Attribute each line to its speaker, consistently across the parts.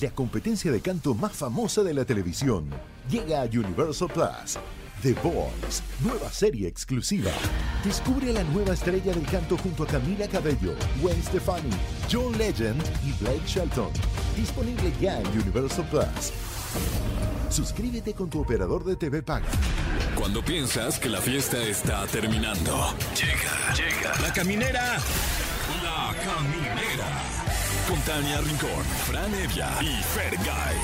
Speaker 1: la competencia de canto más famosa de la televisión. Llega a Universal Plus. The Voice, nueva serie exclusiva. Descubre a la nueva estrella del canto junto a Camila Cabello, Gwen Stefani, John Legend y Blake Shelton. Disponible ya en Universal Plus. Suscríbete con tu operador de TV Paga.
Speaker 2: Cuando piensas que la fiesta está terminando. Llega, llega. La caminera. La caminera. Con Tania Rincón, Fran Evia y Fergay.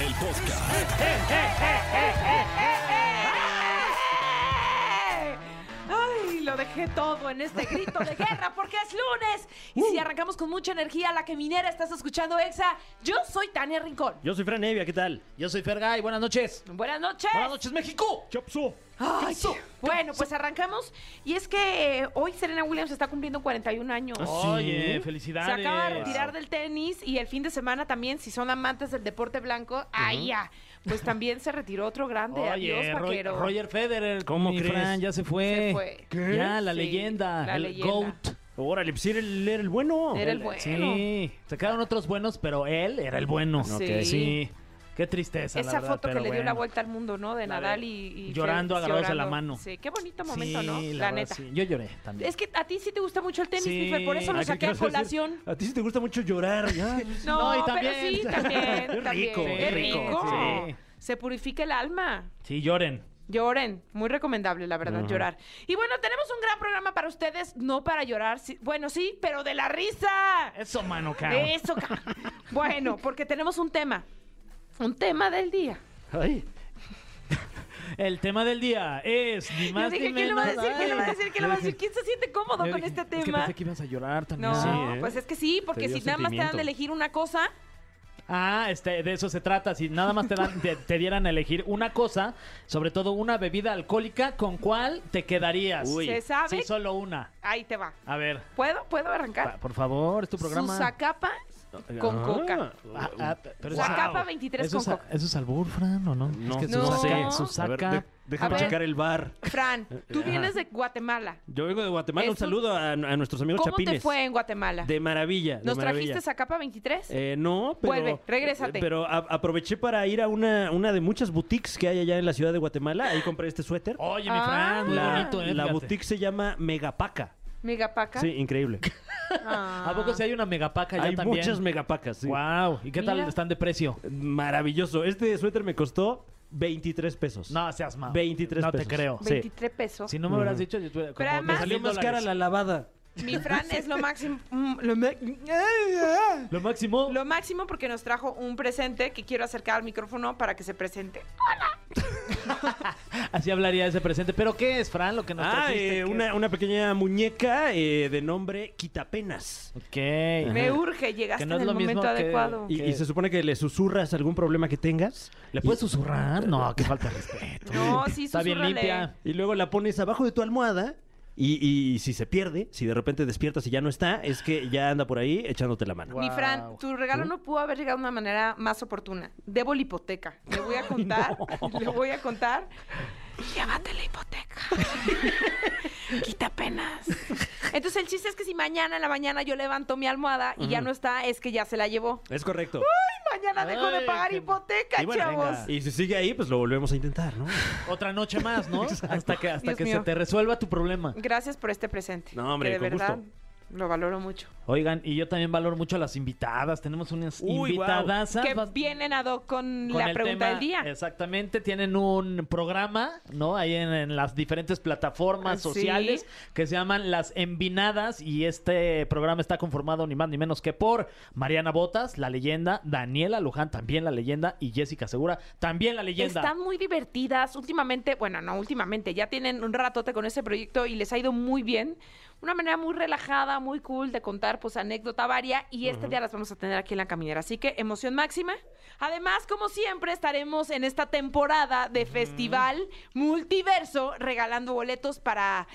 Speaker 2: El podcast.
Speaker 3: Ay, lo dejé todo en este grito de guerra porque es lunes. Y
Speaker 4: Uh.
Speaker 3: si arrancamos con mucha energía, la que minera estás escuchando, Exa. Yo soy Tania Rincón.
Speaker 5: Yo soy Fran Evia, ¿qué tal?
Speaker 4: Yo soy Fergay, buenas noches.
Speaker 3: Buenas noches.
Speaker 4: Buenas noches, México.
Speaker 5: Chopsu.
Speaker 3: Ay, bueno, pues arrancamos. Y es que eh, hoy Serena Williams está cumpliendo 41 años.
Speaker 4: Ah, Oye,
Speaker 3: Se
Speaker 4: felicidades.
Speaker 3: acaba de retirar del tenis y el fin de semana también, si son amantes del deporte blanco, ay, ya, pues también se retiró otro grande.
Speaker 4: Oye,
Speaker 3: Adiós,
Speaker 4: Roy-
Speaker 3: vaquero.
Speaker 4: Roger Federer.
Speaker 5: ¿Cómo
Speaker 4: mi
Speaker 5: crees?
Speaker 4: Fran, ya se fue.
Speaker 3: Se fue.
Speaker 5: ¿Qué?
Speaker 4: Ya, la
Speaker 3: Sí,
Speaker 4: leyenda.
Speaker 3: la
Speaker 4: el
Speaker 3: leyenda.
Speaker 4: GOAT.
Speaker 5: Órale, pues era el, era el bueno.
Speaker 3: Era el bueno.
Speaker 4: Sí. Se quedaron otros buenos, pero él era el bueno.
Speaker 3: Sí.
Speaker 4: Ok. Sí. Qué tristeza. la
Speaker 3: Esa
Speaker 4: verdad,
Speaker 3: foto que
Speaker 4: pero
Speaker 3: le dio la
Speaker 4: bueno.
Speaker 3: vuelta al mundo, ¿no? De
Speaker 4: La de-
Speaker 3: Nadal y, y
Speaker 4: llorando,
Speaker 3: Félix
Speaker 4: agarrados de la mano.
Speaker 3: Sí, qué bonito
Speaker 4: Sí,
Speaker 3: momento, ¿no? La,
Speaker 4: verdad,
Speaker 3: neta.
Speaker 4: sí. Yo lloré también.
Speaker 3: Es que a ti sí te gusta mucho el tenis,
Speaker 4: Sí.
Speaker 3: Mifer, por eso lo
Speaker 4: Ah,
Speaker 5: ¿qué
Speaker 3: saqué a
Speaker 5: quieres decir?
Speaker 3: colación.
Speaker 5: A ti sí te gusta mucho llorar. ya.
Speaker 3: No,
Speaker 4: No, y
Speaker 3: pero
Speaker 4: también.
Speaker 3: sí, también.
Speaker 4: Es
Speaker 3: también.
Speaker 4: rico,
Speaker 3: Es
Speaker 4: es
Speaker 3: rico.
Speaker 4: rico, sí.
Speaker 3: Se purifica el alma.
Speaker 4: Sí, lloren.
Speaker 3: Lloren, muy recomendable, la verdad, llorar. Y bueno, tenemos un gran programa para ustedes, no para llorar, sí- bueno, sí, pero de la risa.
Speaker 4: Eso, mano, cabrón.
Speaker 3: De eso, ca- Bueno, porque tenemos un tema, un tema del día.
Speaker 5: Ay,
Speaker 4: El tema del día es ni
Speaker 3: Yo
Speaker 4: más
Speaker 3: dije,
Speaker 4: ni
Speaker 3: ¿quién lo va a
Speaker 4: menos,
Speaker 3: decir? ¿Quién lo va a
Speaker 4: ay.
Speaker 3: decir? ¿Quién lo va a decir? ¿Quién se siente cómodo
Speaker 4: Yo
Speaker 3: con
Speaker 4: dije,
Speaker 3: este
Speaker 4: Es que
Speaker 3: tema?
Speaker 4: pensé que ibas a llorar también.
Speaker 3: No,
Speaker 5: Sí, ¿eh?
Speaker 3: pues es que sí, porque
Speaker 5: Te dio
Speaker 3: si nada más te dan
Speaker 5: sentimiento.
Speaker 3: de elegir una cosa,
Speaker 4: Ah, este, de eso se trata. Si nada más te, dan- te, te dieran a elegir una cosa, sobre todo una bebida alcohólica, ¿con cuál te quedarías?
Speaker 5: Uy.
Speaker 3: Se sabe.
Speaker 4: Sí, solo una.
Speaker 3: ahí te va.
Speaker 4: A ver,
Speaker 3: ¿Puedo? ¿Puedo
Speaker 4: pa-
Speaker 3: arrancar?
Speaker 4: por favor, es tu programa.
Speaker 3: Susacapa con
Speaker 5: ah,
Speaker 3: coca.
Speaker 4: Ah, ah, pero
Speaker 3: Wow.
Speaker 4: eso-
Speaker 3: Zacapa 23
Speaker 4: ¿Eso
Speaker 3: con
Speaker 4: es, a-
Speaker 3: coca.
Speaker 4: ¿Eso es albur, Fran, o no?
Speaker 5: uh, No,
Speaker 4: es que
Speaker 3: no
Speaker 4: Susaca-
Speaker 3: sé.
Speaker 5: A ver,
Speaker 4: Susaca-
Speaker 5: de- déjame
Speaker 3: A ver.
Speaker 5: checar el bar.
Speaker 3: Fran, tú
Speaker 5: Ajá.
Speaker 3: vienes de Guatemala.
Speaker 5: Yo vengo de Guatemala. Un
Speaker 3: Eso-
Speaker 5: saludo a, a nuestros amigos
Speaker 3: ¿Cómo
Speaker 5: chapines.
Speaker 3: te fue en Guatemala?
Speaker 5: De maravilla. de
Speaker 3: ¿Nos
Speaker 5: maravilla.
Speaker 3: trajiste Zacapa 23?
Speaker 5: Eh, no, pero.
Speaker 3: Vuelve, regrésate.
Speaker 5: Pero a- aproveché para ir a una, una de muchas boutiques que hay allá en la ciudad de Guatemala. Ahí compré este suéter.
Speaker 4: Oye, mi
Speaker 3: Ah.
Speaker 4: Fran, muy
Speaker 5: la,
Speaker 4: Oh, bonito, ¿eh?
Speaker 5: la
Speaker 4: Fíjate.
Speaker 5: boutique se llama Megapaca.
Speaker 3: Megapaca.
Speaker 5: Sí, increíble.
Speaker 3: Ah.
Speaker 4: ¿A poco si hay una megapaca allá
Speaker 5: hay
Speaker 4: también?
Speaker 5: muchas megapacas, sí.
Speaker 4: Wow, ¿y qué tal
Speaker 3: Mira.
Speaker 4: están de precio?
Speaker 5: Maravilloso. Este suéter me costó 23 pesos.
Speaker 4: No, seas mal.
Speaker 5: 23
Speaker 4: No
Speaker 5: pesos.
Speaker 4: te creo.
Speaker 5: Sí.
Speaker 3: 23 pesos.
Speaker 4: Si no me hubieras dicho, yo tuviera como
Speaker 3: además-
Speaker 5: Me salió
Speaker 4: 10,000
Speaker 5: más cara
Speaker 4: dólares.
Speaker 5: la lavada.
Speaker 3: Mi Fran es lo máximo. mm, Lo, ma-
Speaker 4: Lo máximo.
Speaker 3: lo máximo porque nos trajo un presente que quiero acercar al micrófono para que se presente.
Speaker 4: Así hablaría ese presente. ¿Pero qué es, Fran, lo que nos
Speaker 5: Ah,
Speaker 4: trajiste? ¿Qué?
Speaker 5: eh, una, una pequeña muñeca eh, de nombre Quitapenas.
Speaker 4: Ok.
Speaker 3: Me urge, llegaste
Speaker 4: Que no
Speaker 3: en
Speaker 4: es
Speaker 3: el
Speaker 4: lo mismo
Speaker 3: momento
Speaker 4: que-
Speaker 3: adecuado.
Speaker 5: Y,
Speaker 4: Ok.
Speaker 5: y se supone que le susurras algún problema que tengas.
Speaker 4: ¿Le
Speaker 5: y-
Speaker 4: puedes susurrar? No, que falta de respeto.
Speaker 3: No, sí,
Speaker 4: Está bien
Speaker 3: susúrrale.
Speaker 4: limpia.
Speaker 5: Y luego la pones abajo de tu almohada. Y, y si se pierde, si de repente despiertas y ya no está, es que ya anda por ahí echándote la mano.
Speaker 3: Mi Fran,
Speaker 4: Guau.
Speaker 3: tu regalo no pudo haber llegado de una manera más oportuna. Debo la hipoteca. Le voy a contar. Le voy a contar. Llévate la hipoteca. Quita penas. Entonces, el chiste es que si mañana en la mañana yo levanto mi almohada y ya no está, es que ya se la llevó.
Speaker 5: Es correcto.
Speaker 3: Ay, mañana dejo de
Speaker 4: Ay,
Speaker 3: pagar
Speaker 4: qué-
Speaker 3: hipoteca,
Speaker 4: Y bueno,
Speaker 3: chavos.
Speaker 4: venga.
Speaker 5: Y si sigue ahí, pues lo volvemos a intentar, ¿no?
Speaker 4: Otra noche más, ¿no? hasta que, hasta
Speaker 3: Dios
Speaker 4: que
Speaker 3: mío.
Speaker 4: se te resuelva tu problema.
Speaker 3: Gracias por este presente.
Speaker 5: No, hombre,
Speaker 3: que de
Speaker 5: con
Speaker 3: verdad
Speaker 5: gusto.
Speaker 3: lo valoro mucho.
Speaker 4: Oigan, y yo también valoro mucho a las invitadas. Tenemos unas
Speaker 5: Uy,
Speaker 4: invitadas.
Speaker 3: Que vienen a Doc con,
Speaker 4: con
Speaker 3: la
Speaker 4: el
Speaker 3: pregunta
Speaker 4: tema,
Speaker 3: del día.
Speaker 4: Exactamente, tienen un programa, ¿no? Ahí en, en las diferentes plataformas
Speaker 3: Ah, sí.
Speaker 4: sociales que se llaman Las Envinadas y este programa está conformado ni más ni menos que por Mariana Botas, la leyenda, Daniela Luján, también la leyenda, y Jessica Segura, también la leyenda.
Speaker 3: Están muy divertidas. Últimamente, bueno, no últimamente, ya tienen un ratote con ese proyecto y les ha ido muy bien. Una manera muy relajada, muy cool de contar, pues, anécdota varia. Y este día las vamos a tener aquí en la caminera. Así que emoción máxima. Además, como siempre, estaremos en esta temporada de Festival Multiverso regalando boletos para,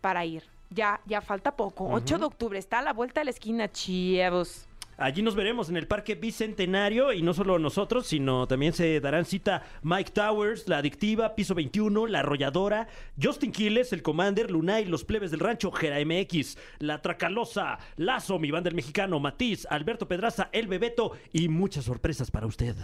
Speaker 3: para ir. Ya, ya falta poco. 8 de octubre está a la vuelta de la esquina, chavos.
Speaker 5: Allí nos veremos en el Parque Bicentenario y no solo nosotros, sino también se darán cita Mike Towers, La Adictiva, Piso 21, La Arrolladora, Justin Quiles, El Commander, Lunay, Los Plebes del Rancho, Gera MX, La Tracalosa, Lazo, Mi Banda el Mexicano, Matiz, Alberto Pedraza, El Bebeto y muchas sorpresas para usted.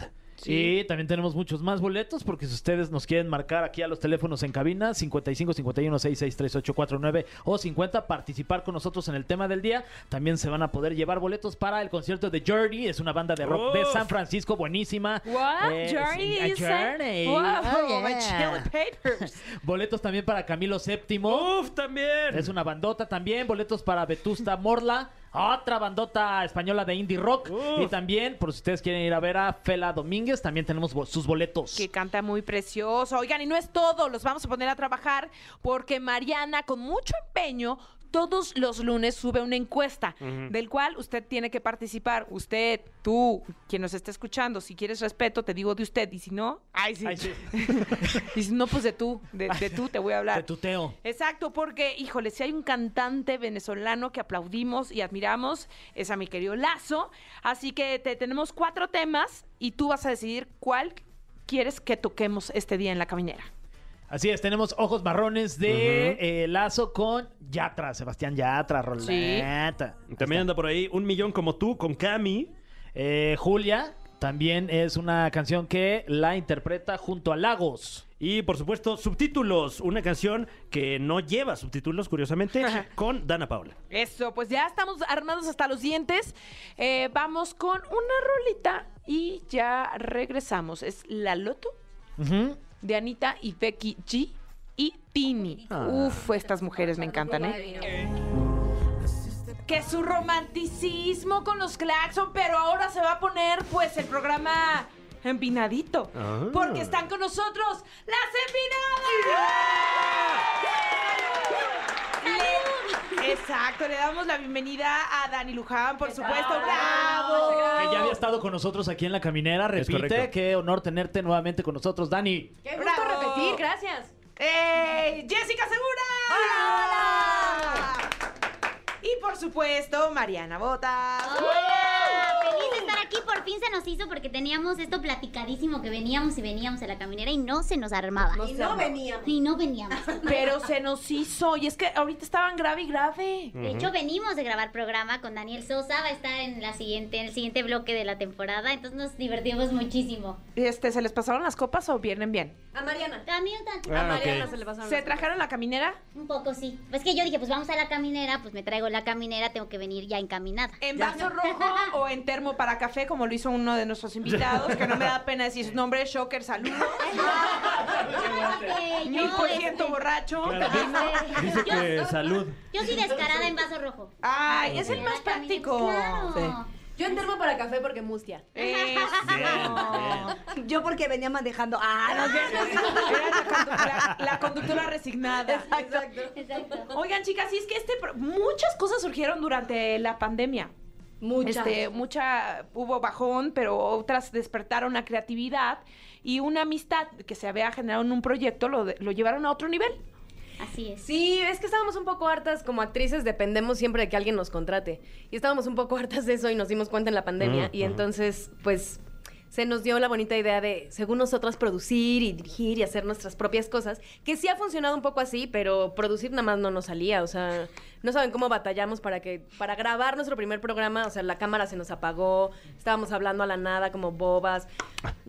Speaker 4: Y también tenemos muchos más boletos porque si ustedes nos quieren marcar aquí a los teléfonos en cabina 55 51 66 38 49 o 50 participar con nosotros en el tema del día, también se van a poder llevar boletos para el concierto de Journey, es una banda de rock de
Speaker 5: Uf.
Speaker 4: San Francisco buenísima.
Speaker 3: What?
Speaker 4: Eh,
Speaker 3: Journey,
Speaker 4: sí,
Speaker 3: you said?
Speaker 4: Journey.
Speaker 3: Whoa,
Speaker 6: Oh,
Speaker 3: my
Speaker 6: yeah.
Speaker 3: chili papers.
Speaker 4: Boletos también para Camilo VII.
Speaker 5: ¡Uf, también!
Speaker 4: Es una bandota también, boletos para Vetusta Morla, otra bandota española de indie rock.
Speaker 5: Uf.
Speaker 4: Y también, por si ustedes quieren ir a ver a Fela Domínguez, también tenemos bo- sus boletos.
Speaker 3: que canta muy precioso. Oigan, y no es todo, los vamos a poner a trabajar porque Mariana, con mucho empeño, todos los lunes sube una encuesta del cual usted tiene que participar. Usted, tú, quien nos está escuchando, si quieres respeto, te digo de usted. Y si no, ay, sí.
Speaker 4: Ay, sí.
Speaker 3: y si no, pues de tú, de, de tú te voy a hablar.
Speaker 4: Te tuteo.
Speaker 3: Exacto, porque, híjole, si hay un cantante venezolano que aplaudimos y admiramos, es a mi querido Lazo. Así que te tenemos cuatro temas y tú vas a decidir cuál quieres que toquemos este día en la caminera.
Speaker 4: Así es, tenemos Ojos Marrones de eh, Lazo con Yatra, Sebastián Yatra, Roleta.
Speaker 5: También anda por ahí Un Millón Como Tú con Cami.
Speaker 4: Eh, Julia también es una canción que la interpreta junto a Lagos.
Speaker 5: Y por supuesto, subtítulos. Una canción que no lleva subtítulos, curiosamente, con Dana Paula.
Speaker 3: Eso, pues ya estamos armados hasta los dientes. Eh, vamos con una rolita y ya regresamos. Es La Loto
Speaker 4: Ujú.
Speaker 3: de Anita y Becky G y Tini. Uf, estas mujeres me encantan, ¿eh? Que su romanticismo con los claxon, pero ahora se va a poner pues el programa empinadito.
Speaker 5: Ah.
Speaker 3: Porque están con nosotros las empinadas. Le- Exacto, le damos la bienvenida a Dani Luján, por supuesto. ¡Bravo!
Speaker 4: Que ya había estado con nosotros aquí en la caminera, repite,
Speaker 5: correcto.
Speaker 4: qué honor tenerte nuevamente con nosotros, Dani.
Speaker 6: Qué
Speaker 3: gusto repetir,
Speaker 6: gracias.
Speaker 3: ¡Ey! Eh, ¡Jessica Segura! ¡Hola! Y por supuesto, Mariana Botas.
Speaker 7: Hola, Ah, feliz de estar aquí, por fin se nos hizo porque teníamos esto platicadísimo que veníamos y veníamos a la caminera y no se nos armaba.
Speaker 6: Y no veníamos.
Speaker 7: Y no veníamos.
Speaker 3: Pero se nos hizo, y es que ahorita estaban grave y grave.
Speaker 7: De hecho, venimos de grabar programa con Daniel Sosa, va a estar en la siguiente, en el siguiente bloque de la temporada, entonces nos divertimos muchísimo.
Speaker 3: Este, ¿Se les pasaron las copas o vienen bien?
Speaker 6: A Mariana.
Speaker 7: También tan-
Speaker 6: A Mariana se le pasaron.
Speaker 3: ¿Se
Speaker 6: las cosas.
Speaker 3: trajeron la caminera?
Speaker 7: un poco sí. Pues que yo dije, pues vamos a la caminera, pues me traigo la caminera, tengo que venir ya encaminada.
Speaker 3: ¿En vaso rojo o en termo para café, como lo hizo uno de nuestros invitados? Que no me da pena decir su nombre, Shocker, saludos.
Speaker 7: Eh,
Speaker 3: Mil por ciento
Speaker 7: este,
Speaker 3: borracho.
Speaker 5: Dice que salud.
Speaker 7: yo soy descarada en vaso rojo.
Speaker 3: Ay, es el más
Speaker 7: La camina-
Speaker 3: práctico.
Speaker 7: Claro.
Speaker 6: Yo entermo para café porque mustia.
Speaker 3: Eso.
Speaker 6: Yo porque venía manejando. Ah, no sé.
Speaker 3: Era la, condu- la- la conductora resignada.
Speaker 6: Exacto.
Speaker 7: Exacto.
Speaker 3: Oigan, chicas, sí es que este pro- muchas cosas surgieron durante la pandemia.
Speaker 6: Muchas.
Speaker 3: Este, mucha hubo bajón, pero otras despertaron la creatividad y una amistad que se había generado en un proyecto lo, de- lo llevaron a otro nivel.
Speaker 7: Así es.
Speaker 6: Sí, es que estábamos un poco hartas como actrices, dependemos siempre de que alguien nos contrate. Y estábamos un poco hartas de eso y nos dimos cuenta en la pandemia. y entonces, pues, se nos dio la bonita idea de, según nosotras, producir y dirigir y hacer nuestras propias cosas. Que sí ha funcionado un poco así, pero producir nada más no nos salía. O sea, no saben cómo batallamos para que, para grabar nuestro primer programa, o sea, la cámara se nos apagó, estábamos hablando a la nada como bobas.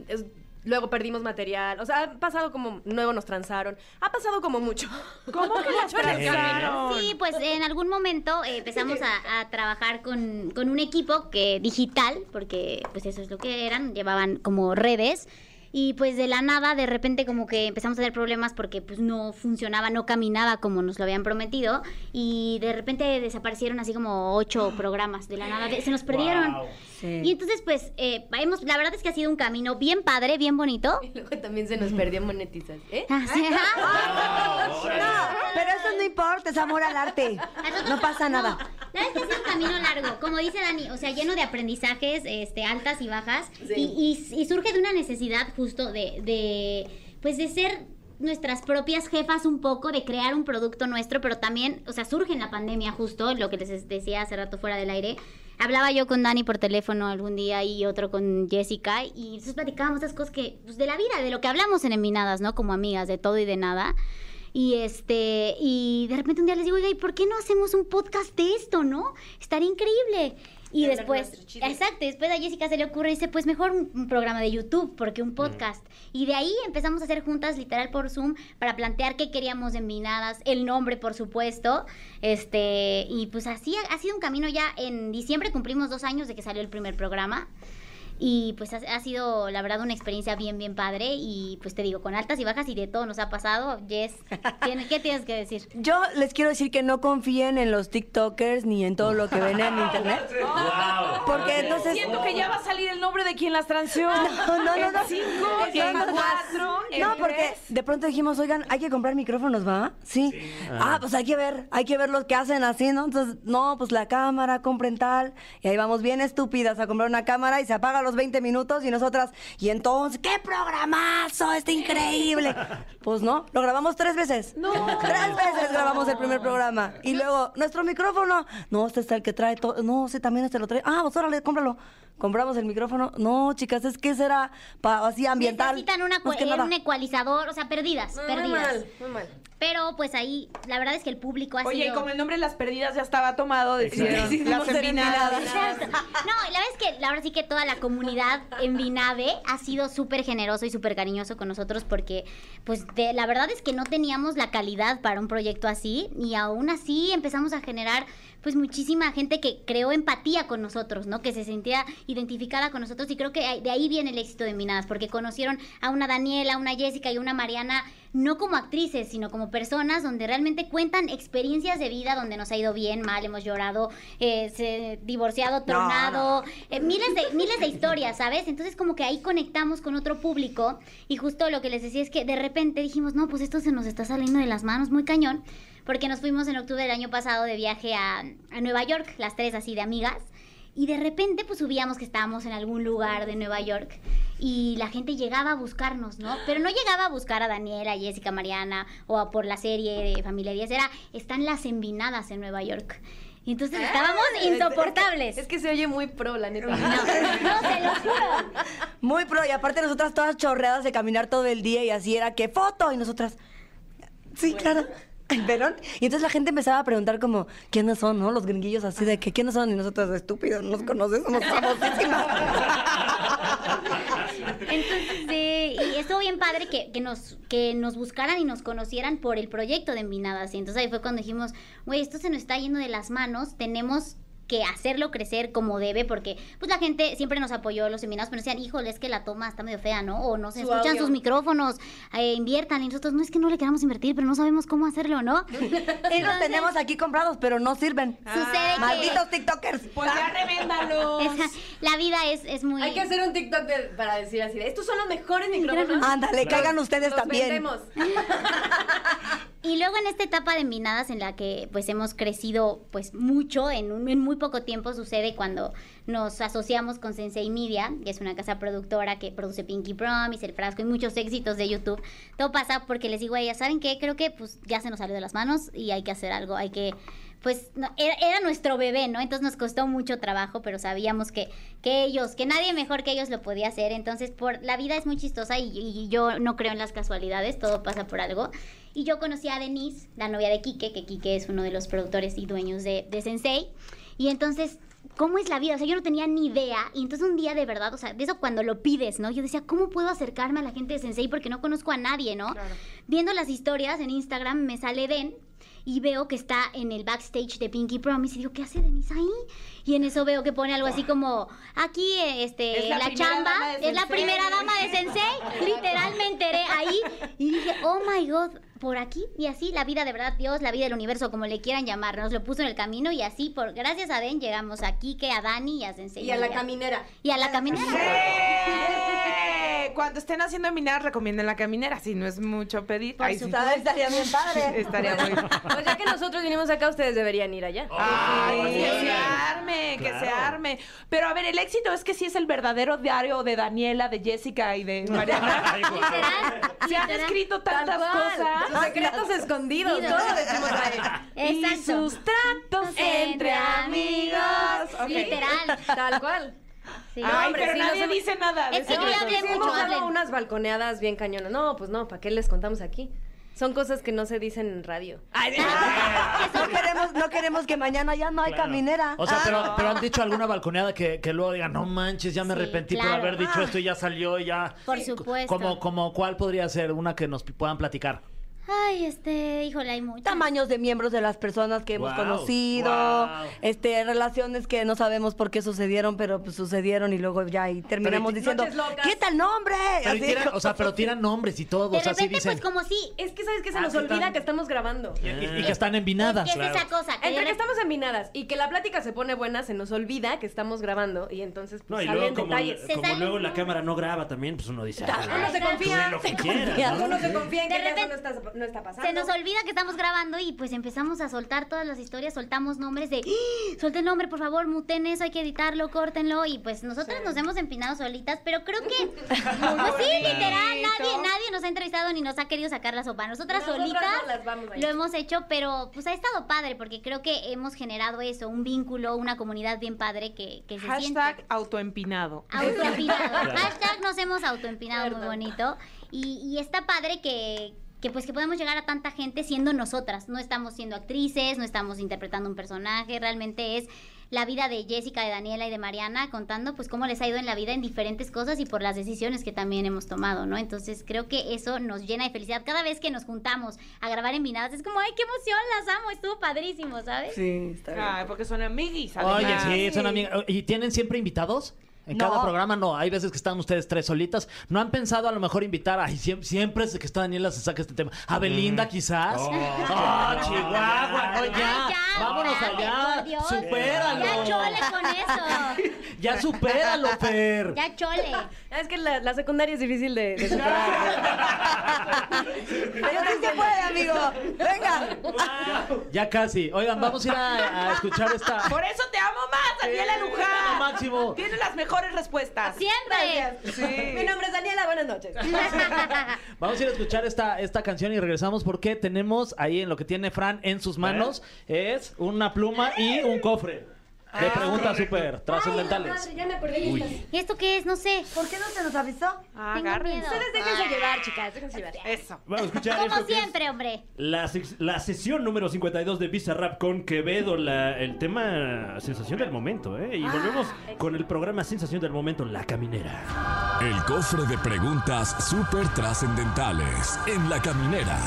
Speaker 6: Es- Luego perdimos material. O sea, ha pasado como. Luego nos transaron. Ha pasado como mucho.
Speaker 3: ¿Cómo que las transaron?
Speaker 7: Sí, pues en algún momento eh, empezamos a, a trabajar con, con un equipo que digital, porque pues eso es lo que eran, llevaban como redes. Y pues de la nada, de repente como que empezamos a tener problemas porque pues no funcionaba, no caminaba como nos lo habían prometido. Y de repente desaparecieron así como ocho programas de la nada, de- se nos perdieron. Y entonces pues eh, hemos- la verdad es que ha sido un camino bien padre, bien bonito.
Speaker 6: Y luego también se nos perdió monetizar. ¿Eh?
Speaker 7: Ah,
Speaker 8: Pero eso no importa, es amor al arte. No pasa nada.
Speaker 7: La verdad es que es un camino largo, como dice Dani, o sea, lleno de aprendizajes, este, altas y bajas, y, y- y surge de una necesidad justo de, de, pues de ser nuestras propias jefas un poco, de crear un producto nuestro, pero también, o sea, surge en la pandemia justo, lo que les decía hace rato fuera del aire, hablaba yo con Dani por teléfono algún día y otro con Jessica y entonces platicábamos esas cosas que, pues, de la vida, de lo que hablamos en Enminadas, ¿no? Como amigas, de todo y de nada. Y este, y de repente un día les digo, oiga, ¿y por qué no hacemos un podcast de esto, no? Estaría increíble. Y
Speaker 6: De hablar
Speaker 7: después,
Speaker 6: nuestro chisme.
Speaker 7: exacto, y después a Jessica se le ocurre y dice, pues mejor un, un programa de YouTube, porque un podcast. Y de ahí empezamos a hacer juntas, literal, por Zoom, para plantear qué queríamos en Minadas, el nombre, por supuesto. Este, y pues así ha, ha sido un camino ya, en diciembre cumplimos dos años de que salió el primer programa. Y pues ha, ha sido, la verdad, una experiencia bien, bien padre. Y pues te digo, con altas y bajas y de todo nos ha pasado. Jess, tiene- ¿qué tienes que decir?
Speaker 8: Yo les quiero decir que no confíen en los TikTokers ni en todo lo que ven en internet. Porque entonces.
Speaker 3: Siento que ya va a salir el nombre de quien las transeó.
Speaker 8: No, no, no, no.
Speaker 3: En cinco,
Speaker 8: No,
Speaker 3: en
Speaker 8: no, no.
Speaker 3: cuatro, en
Speaker 8: No, porque
Speaker 3: tres.
Speaker 8: de pronto dijimos, oigan, hay que comprar micrófonos, ¿va? Sí. Ah, pues hay que ver, hay que ver lo que hacen así, ¿no? Entonces, no, pues la cámara, compren tal. Y ahí vamos bien estúpidas a comprar una cámara y se apaga a los 20 minutos y nosotras, y entonces, ¡qué programazo! ¡Está increíble! Pues no, lo grabamos tres veces. No. Tres veces grabamos el primer programa. Y luego, nuestro micrófono. No, este es el que trae todo. No, sí, también este lo trae. Ah, pues órale, cómpralo. Compramos el micrófono. No, chicas, es que será para así ambiental.
Speaker 7: Necesitan una,
Speaker 8: Más
Speaker 7: cua-
Speaker 8: que
Speaker 7: eh,
Speaker 8: nada.
Speaker 7: un ecualizador, o sea, perdidas,
Speaker 6: No, muy
Speaker 7: perdidas.
Speaker 6: mal, muy mal.
Speaker 7: Pero pues ahí, la verdad es que el público ha
Speaker 3: Oye, y
Speaker 7: sido...
Speaker 3: como el nombre de las perdidas ya estaba tomado, decidieron
Speaker 8: Decidimos
Speaker 3: las
Speaker 8: ser
Speaker 3: envinadas.
Speaker 7: Exacto. No, y la verdad es que la verdad sí que toda la comunidad en Binave ha sido súper generoso y súper cariñoso con nosotros porque, pues, de, la verdad es que no teníamos la calidad para un proyecto así y aún así empezamos a generar, pues, muchísima gente que creó empatía con nosotros, ¿no? Que se sentía identificada con nosotros y creo que ahí- de ahí viene el éxito de Minadas porque conocieron a una Daniela, a una Jessica y una Mariana no como actrices, sino como personas donde realmente cuentan experiencias de vida donde nos ha ido bien, mal, hemos llorado, eh, se- divorciado, tronado, eh, miles de miles de historias, ¿sabes? Entonces como que ahí conectamos con otro público y justo lo que les decía es que de repente dijimos, "No, pues esto se nos está saliendo de las manos muy cañón", porque nos fuimos en octubre del año pasado de viaje a, a Nueva York, las tres así de amigas. Y de repente pues subíamos que estábamos en algún lugar de Nueva York y la gente llegaba a buscarnos, ¿no? Pero no llegaba a buscar a Daniela, a Jessica, Mariana o a por la serie de Familia 10, era están las envinadas en Nueva York. Y entonces estábamos insoportables.
Speaker 6: Es que se oye muy pro, la neta.
Speaker 7: No, no, te lo juro.
Speaker 8: Muy pro, y aparte nosotras todas chorreadas de caminar todo el día y así era que foto y nosotras. Sí, claro. Ay, ¿Verón? Y entonces la gente empezaba a preguntar como, ¿quiénes son, no? Los gringuillos así de que, ¿quiénes son? Y nosotras, estúpidos, no los conoces, somos famosísimas.
Speaker 7: Entonces, eh, y estuvo bien padre que, que nos, que nos buscaran y nos conocieran por el proyecto de Envinadas. Y entonces ahí fue cuando dijimos, güey, esto se nos está yendo de las manos, tenemos que hacerlo crecer como debe, porque pues la gente siempre nos apoyó los seminarios, pero decían, híjole, es que la toma está medio fea, ¿no? O no se
Speaker 6: Su
Speaker 7: escuchan
Speaker 6: audio.
Speaker 7: sus micrófonos, eh, inviertan, y nosotros, no es que no le queramos invertir, pero no sabemos cómo hacerlo, ¿no?
Speaker 8: Y los tenemos aquí comprados, pero no sirven.
Speaker 7: Sucede que-
Speaker 8: Malditos TikTokers.
Speaker 3: Pues ya revéndalos.
Speaker 7: Esa- la vida es, es muy...
Speaker 6: Hay que hacer un TikTok de- para decir así, de, estos son los mejores micrófonos.
Speaker 8: Ándale, caigan ustedes
Speaker 6: Los
Speaker 8: Ah, también.
Speaker 6: vendemos.
Speaker 7: Y luego en esta etapa de Minadas en la que pues hemos crecido pues mucho, en, un- en muy poco tiempo sucede cuando nos asociamos con Sensei Media, que es una casa productora que produce Pinky Promise, El Frasco y muchos éxitos de YouTube. Todo pasa porque les digo a ellas, ¿saben qué? Creo que pues ya se nos salió de las manos y hay que hacer algo, hay que... Pues no, era, era nuestro bebé, ¿no? Entonces nos costó mucho trabajo, pero sabíamos que, que ellos, que nadie mejor que ellos lo podía hacer. Entonces, por la vida es muy chistosa y, y yo no creo en las casualidades, todo pasa por algo. Y yo conocí a Denise, la novia de Quique, que Quique es uno de los productores y dueños de, de Sensei. Y entonces, ¿cómo es la vida? O sea, yo no tenía ni idea. Y entonces un día de verdad, o sea, de eso cuando lo pides, ¿no? Yo decía, ¿cómo puedo acercarme a la gente de Sensei? Porque no conozco a nadie, ¿no? Viendo las historias en Instagram me sale Den y veo que está en el backstage de Pinky Promise y digo, ¿qué hace Denise ahí? Y en eso veo que pone algo así como, aquí eh, este,
Speaker 3: Es la
Speaker 7: la,
Speaker 3: primera
Speaker 7: chamba
Speaker 3: dama de
Speaker 7: es la
Speaker 3: Sensei".
Speaker 7: primera dama de Sensei. Literal me enteré ahí y dije, oh my god, por aquí y así la vida de verdad, Dios, la vida del universo, como le quieran llamar, nos lo puso en el camino y así, por gracias a Den, llegamos a Kike, a Dani y a Sensei.
Speaker 6: Y a la
Speaker 7: Media.
Speaker 6: caminera.
Speaker 7: Y a la caminera.
Speaker 3: ¡Eh! cuando estén haciendo minar, recomienden la caminera. Si no es mucho pedir.
Speaker 8: Por
Speaker 3: Ay, sí.
Speaker 8: supuesto, estaría bien padre.
Speaker 3: Estaría muy.
Speaker 6: Pues ya que nosotros vinimos acá, ustedes deberían ir allá.
Speaker 3: Ay, que se
Speaker 5: Órale.
Speaker 3: arme, que se
Speaker 5: Claro.
Speaker 3: arme. Pero a ver, el éxito es que sí es el verdadero diario de Daniela, de Jessica y de Mariana.
Speaker 5: Ay, güey.
Speaker 7: Literal,
Speaker 3: Se han
Speaker 7: literal.
Speaker 3: escrito tantas
Speaker 6: Tal cual.
Speaker 3: cosas.
Speaker 6: Los secretos escondidos.
Speaker 7: Escondidos.
Speaker 6: Todo lo decimos ahí.
Speaker 3: Y
Speaker 7: Exacto.
Speaker 3: sus tratos entre amigos. Ok. Ah,
Speaker 7: Literal.
Speaker 6: Tal cual.
Speaker 7: Sí.
Speaker 3: Ay,
Speaker 6: hombre,
Speaker 3: pero
Speaker 6: sí,
Speaker 3: nadie
Speaker 6: no se-
Speaker 3: dice nada. de
Speaker 7: Es que
Speaker 3: eso.
Speaker 7: yo ya hablé
Speaker 6: Sí, hemos
Speaker 7: mucho,
Speaker 6: dado
Speaker 7: hablen.
Speaker 6: unas balconeadas bien cañonas. No, pues no, ¿para qué les contamos aquí? Son cosas que no se dicen en radio. Ay,
Speaker 8: No queremos, no queremos que mañana ya no hay caminera.
Speaker 4: O sea,
Speaker 8: Ah,
Speaker 4: pero, pero han dicho alguna balconeada que, que luego digan, no manches, ya me
Speaker 7: Sí,
Speaker 4: arrepentí
Speaker 7: claro. Ah.
Speaker 4: por haber dicho esto y ya salió y ya.
Speaker 7: Por supuesto.
Speaker 4: Como, como cuál podría ser una que nos puedan platicar.
Speaker 7: Ay, este, híjole, hay mucho.
Speaker 8: tamaños de miembros de las personas que hemos
Speaker 4: Wow,
Speaker 8: conocido,
Speaker 4: wow.
Speaker 8: este relaciones que no sabemos por qué sucedieron, pero pues sucedieron y luego ya y terminamos
Speaker 4: Pero-
Speaker 8: diciendo,
Speaker 6: Noches locas.
Speaker 8: ¿qué tal nombre?
Speaker 4: Pero
Speaker 8: Así
Speaker 4: tiran-
Speaker 8: como-
Speaker 4: o sea, pero tiran nombres y todo.
Speaker 7: De
Speaker 4: o sea, sí
Speaker 7: repente,
Speaker 4: dicen.
Speaker 7: pues como si.
Speaker 6: Es que sabes que se
Speaker 4: Ah,
Speaker 6: nos
Speaker 4: sí,
Speaker 6: olvida
Speaker 4: tan-
Speaker 6: que estamos grabando.
Speaker 5: Eh.
Speaker 4: y, y- y que están envinadas.
Speaker 7: es que es esa cosa. que
Speaker 6: Entre
Speaker 7: de
Speaker 6: que
Speaker 7: repente-
Speaker 6: estamos enminadas y que la plática se pone buena, se nos olvida que estamos grabando y entonces pues,
Speaker 5: No, y
Speaker 6: salen
Speaker 5: luego como,
Speaker 6: detalles.
Speaker 7: Se
Speaker 5: como
Speaker 7: salen
Speaker 5: luego la
Speaker 7: unos-
Speaker 5: cámara no graba también, pues uno dice... "Ah,
Speaker 6: Uno se confía,
Speaker 5: lo
Speaker 6: se
Speaker 5: que quiera,
Speaker 8: confía.
Speaker 5: ¿no?
Speaker 6: uno se confía en
Speaker 7: De
Speaker 6: que ya eso no
Speaker 7: repente-
Speaker 6: está, no está pasando.
Speaker 7: Se nos olvida que estamos grabando y pues empezamos a soltar todas las historias, soltamos nombres de, "¡Ah! solten nombre, por favor, muten eso, hay que editarlo, córtenlo y pues nosotras nos hemos empinado solitas, pero creo que, pues, sí, literal, nadie, nadie nos ha entrevistado ni nos ha querido sacar la sopa, nosotras
Speaker 6: Nosotras
Speaker 7: solitas
Speaker 6: no las vamos a
Speaker 7: lo hemos hecho, pero pues ha estado padre porque creo que hemos generado eso, un vínculo, una comunidad bien padre que, que se siente.
Speaker 3: Hashtag autoempinado.
Speaker 7: Autoempinado. Hashtag nos hemos autoempinado muy bonito. Y, y está padre que, que, pues que podemos llegar a tanta gente siendo nosotras. No estamos siendo actrices, no estamos interpretando un personaje, realmente es la vida de Jessica, de Daniela y de Mariana contando pues cómo les ha ido en la vida en diferentes cosas y por las decisiones que también hemos tomado, ¿no? Entonces creo que eso nos llena de felicidad. Cada vez que nos juntamos a grabar en Minadas es como, ay, qué emoción, las amo, estuvo padrísimo, ¿sabes?
Speaker 8: Sí, está bien.
Speaker 3: Ay, porque son amiguis.
Speaker 4: Oye,
Speaker 3: además.
Speaker 4: sí, son amigas. ¿Y tienen siempre invitados? En
Speaker 8: No.
Speaker 4: cada programa no, hay veces que están ustedes tres solitas. ¿No han pensado a lo mejor invitar? Ay, siem- siempre es que está Daniela se saca este tema. A Belinda quizás. Oh, Chihuahua, no, ya.
Speaker 7: Ay, Ah, ya,
Speaker 4: Vámonos
Speaker 7: dale, por
Speaker 4: allá.
Speaker 7: Dios.
Speaker 4: Supéralo.
Speaker 7: Ya chole con eso.
Speaker 4: Ya supéralo, Fer.
Speaker 7: Ya chole.
Speaker 6: Ah, Es que la, la secundaria es difícil de, de superar.
Speaker 8: Pero sí se puede, amigo. Venga. Ah,
Speaker 4: Ya casi. Oigan, vamos a ir a, a escuchar esta.
Speaker 3: Por eso te amo más, Daniela
Speaker 4: Te
Speaker 3: Luján.
Speaker 4: amo máximo.
Speaker 3: Tienes las mejores respuestas.
Speaker 7: Siempre.
Speaker 6: Mi nombre es Daniela, buenas noches.
Speaker 4: Vamos a ir a escuchar esta, esta canción y regresamos porque tenemos ahí en lo que tiene Fran en sus manos es una pluma y un cofre. De preguntas súper trascendentales.
Speaker 6: ya me acordé. Uy.
Speaker 7: ¿Y esto qué es? No sé.
Speaker 8: ¿Por qué no se nos avisó?
Speaker 3: Ah,
Speaker 7: Tengo
Speaker 3: agárrense.
Speaker 7: miedo.
Speaker 6: Ustedes déjense llevar, chicas, déjense llevar.
Speaker 3: Eso.
Speaker 5: Vamos a escuchar
Speaker 7: Como
Speaker 5: esto que es
Speaker 7: siempre, hombre.
Speaker 5: La, sex- la sesión número 52 de Visa Rap con Quevedo, la- el tema Sensación del Momento, ¿eh? Y
Speaker 6: Ah,
Speaker 5: volvemos con el programa Sensación del Momento, La Caminera.
Speaker 2: El cofre de preguntas súper trascendentales en la caminera.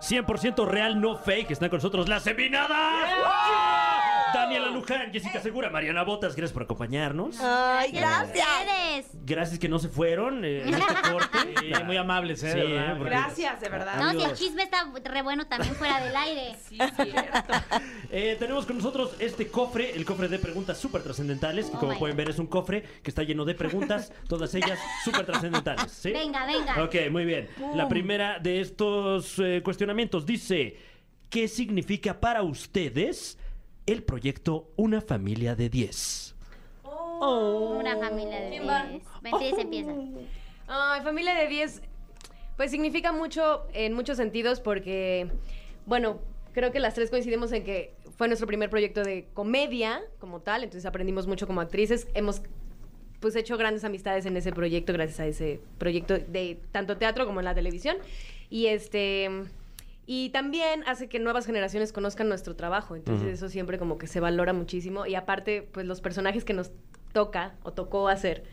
Speaker 5: 100% real, no fake, están con nosotros las seminadas. Daniela Luján,
Speaker 6: Eh.
Speaker 5: Jessica Segura, Mariana Botas, gracias por acompañarnos.
Speaker 8: Ay,
Speaker 7: a
Speaker 8: gracias.
Speaker 7: ustedes.
Speaker 5: Gracias que no se fueron eh, en este corte.
Speaker 4: Sí, muy amables, ¿eh?
Speaker 5: Sí,
Speaker 4: de verdad.
Speaker 5: ¿eh? Porque-
Speaker 3: Gracias, de verdad.
Speaker 7: No, si el
Speaker 5: Adiós.
Speaker 7: chisme está re bueno también fuera del aire.
Speaker 3: Sí, cierto.
Speaker 5: Eh, tenemos con nosotros este cofre, el cofre de preguntas súper trascendentales. Y
Speaker 7: Oh
Speaker 5: como
Speaker 7: my
Speaker 5: pueden
Speaker 7: God.
Speaker 5: ver, es un cofre que está lleno de preguntas, todas ellas súper trascendentales. ¿sí?
Speaker 7: Venga, venga.
Speaker 5: Ok, muy bien. La primera de estos eh, cuestionamientos dice: ¿Qué significa para ustedes el proyecto Una Familia de 10?
Speaker 7: Una familia de
Speaker 6: ¿Quién va?
Speaker 7: 10. Mentiras empieza.
Speaker 6: Ay, familia de 10, pues significa mucho en muchos sentidos porque, bueno, creo que las tres coincidimos en que fue nuestro primer proyecto de comedia como tal, entonces aprendimos mucho como actrices, hemos pues hecho grandes amistades en ese proyecto gracias a ese proyecto de tanto teatro como en la televisión y este y también hace que nuevas generaciones conozcan nuestro trabajo entonces eso siempre como que se valora muchísimo y aparte pues los personajes que nos toca o tocó hacer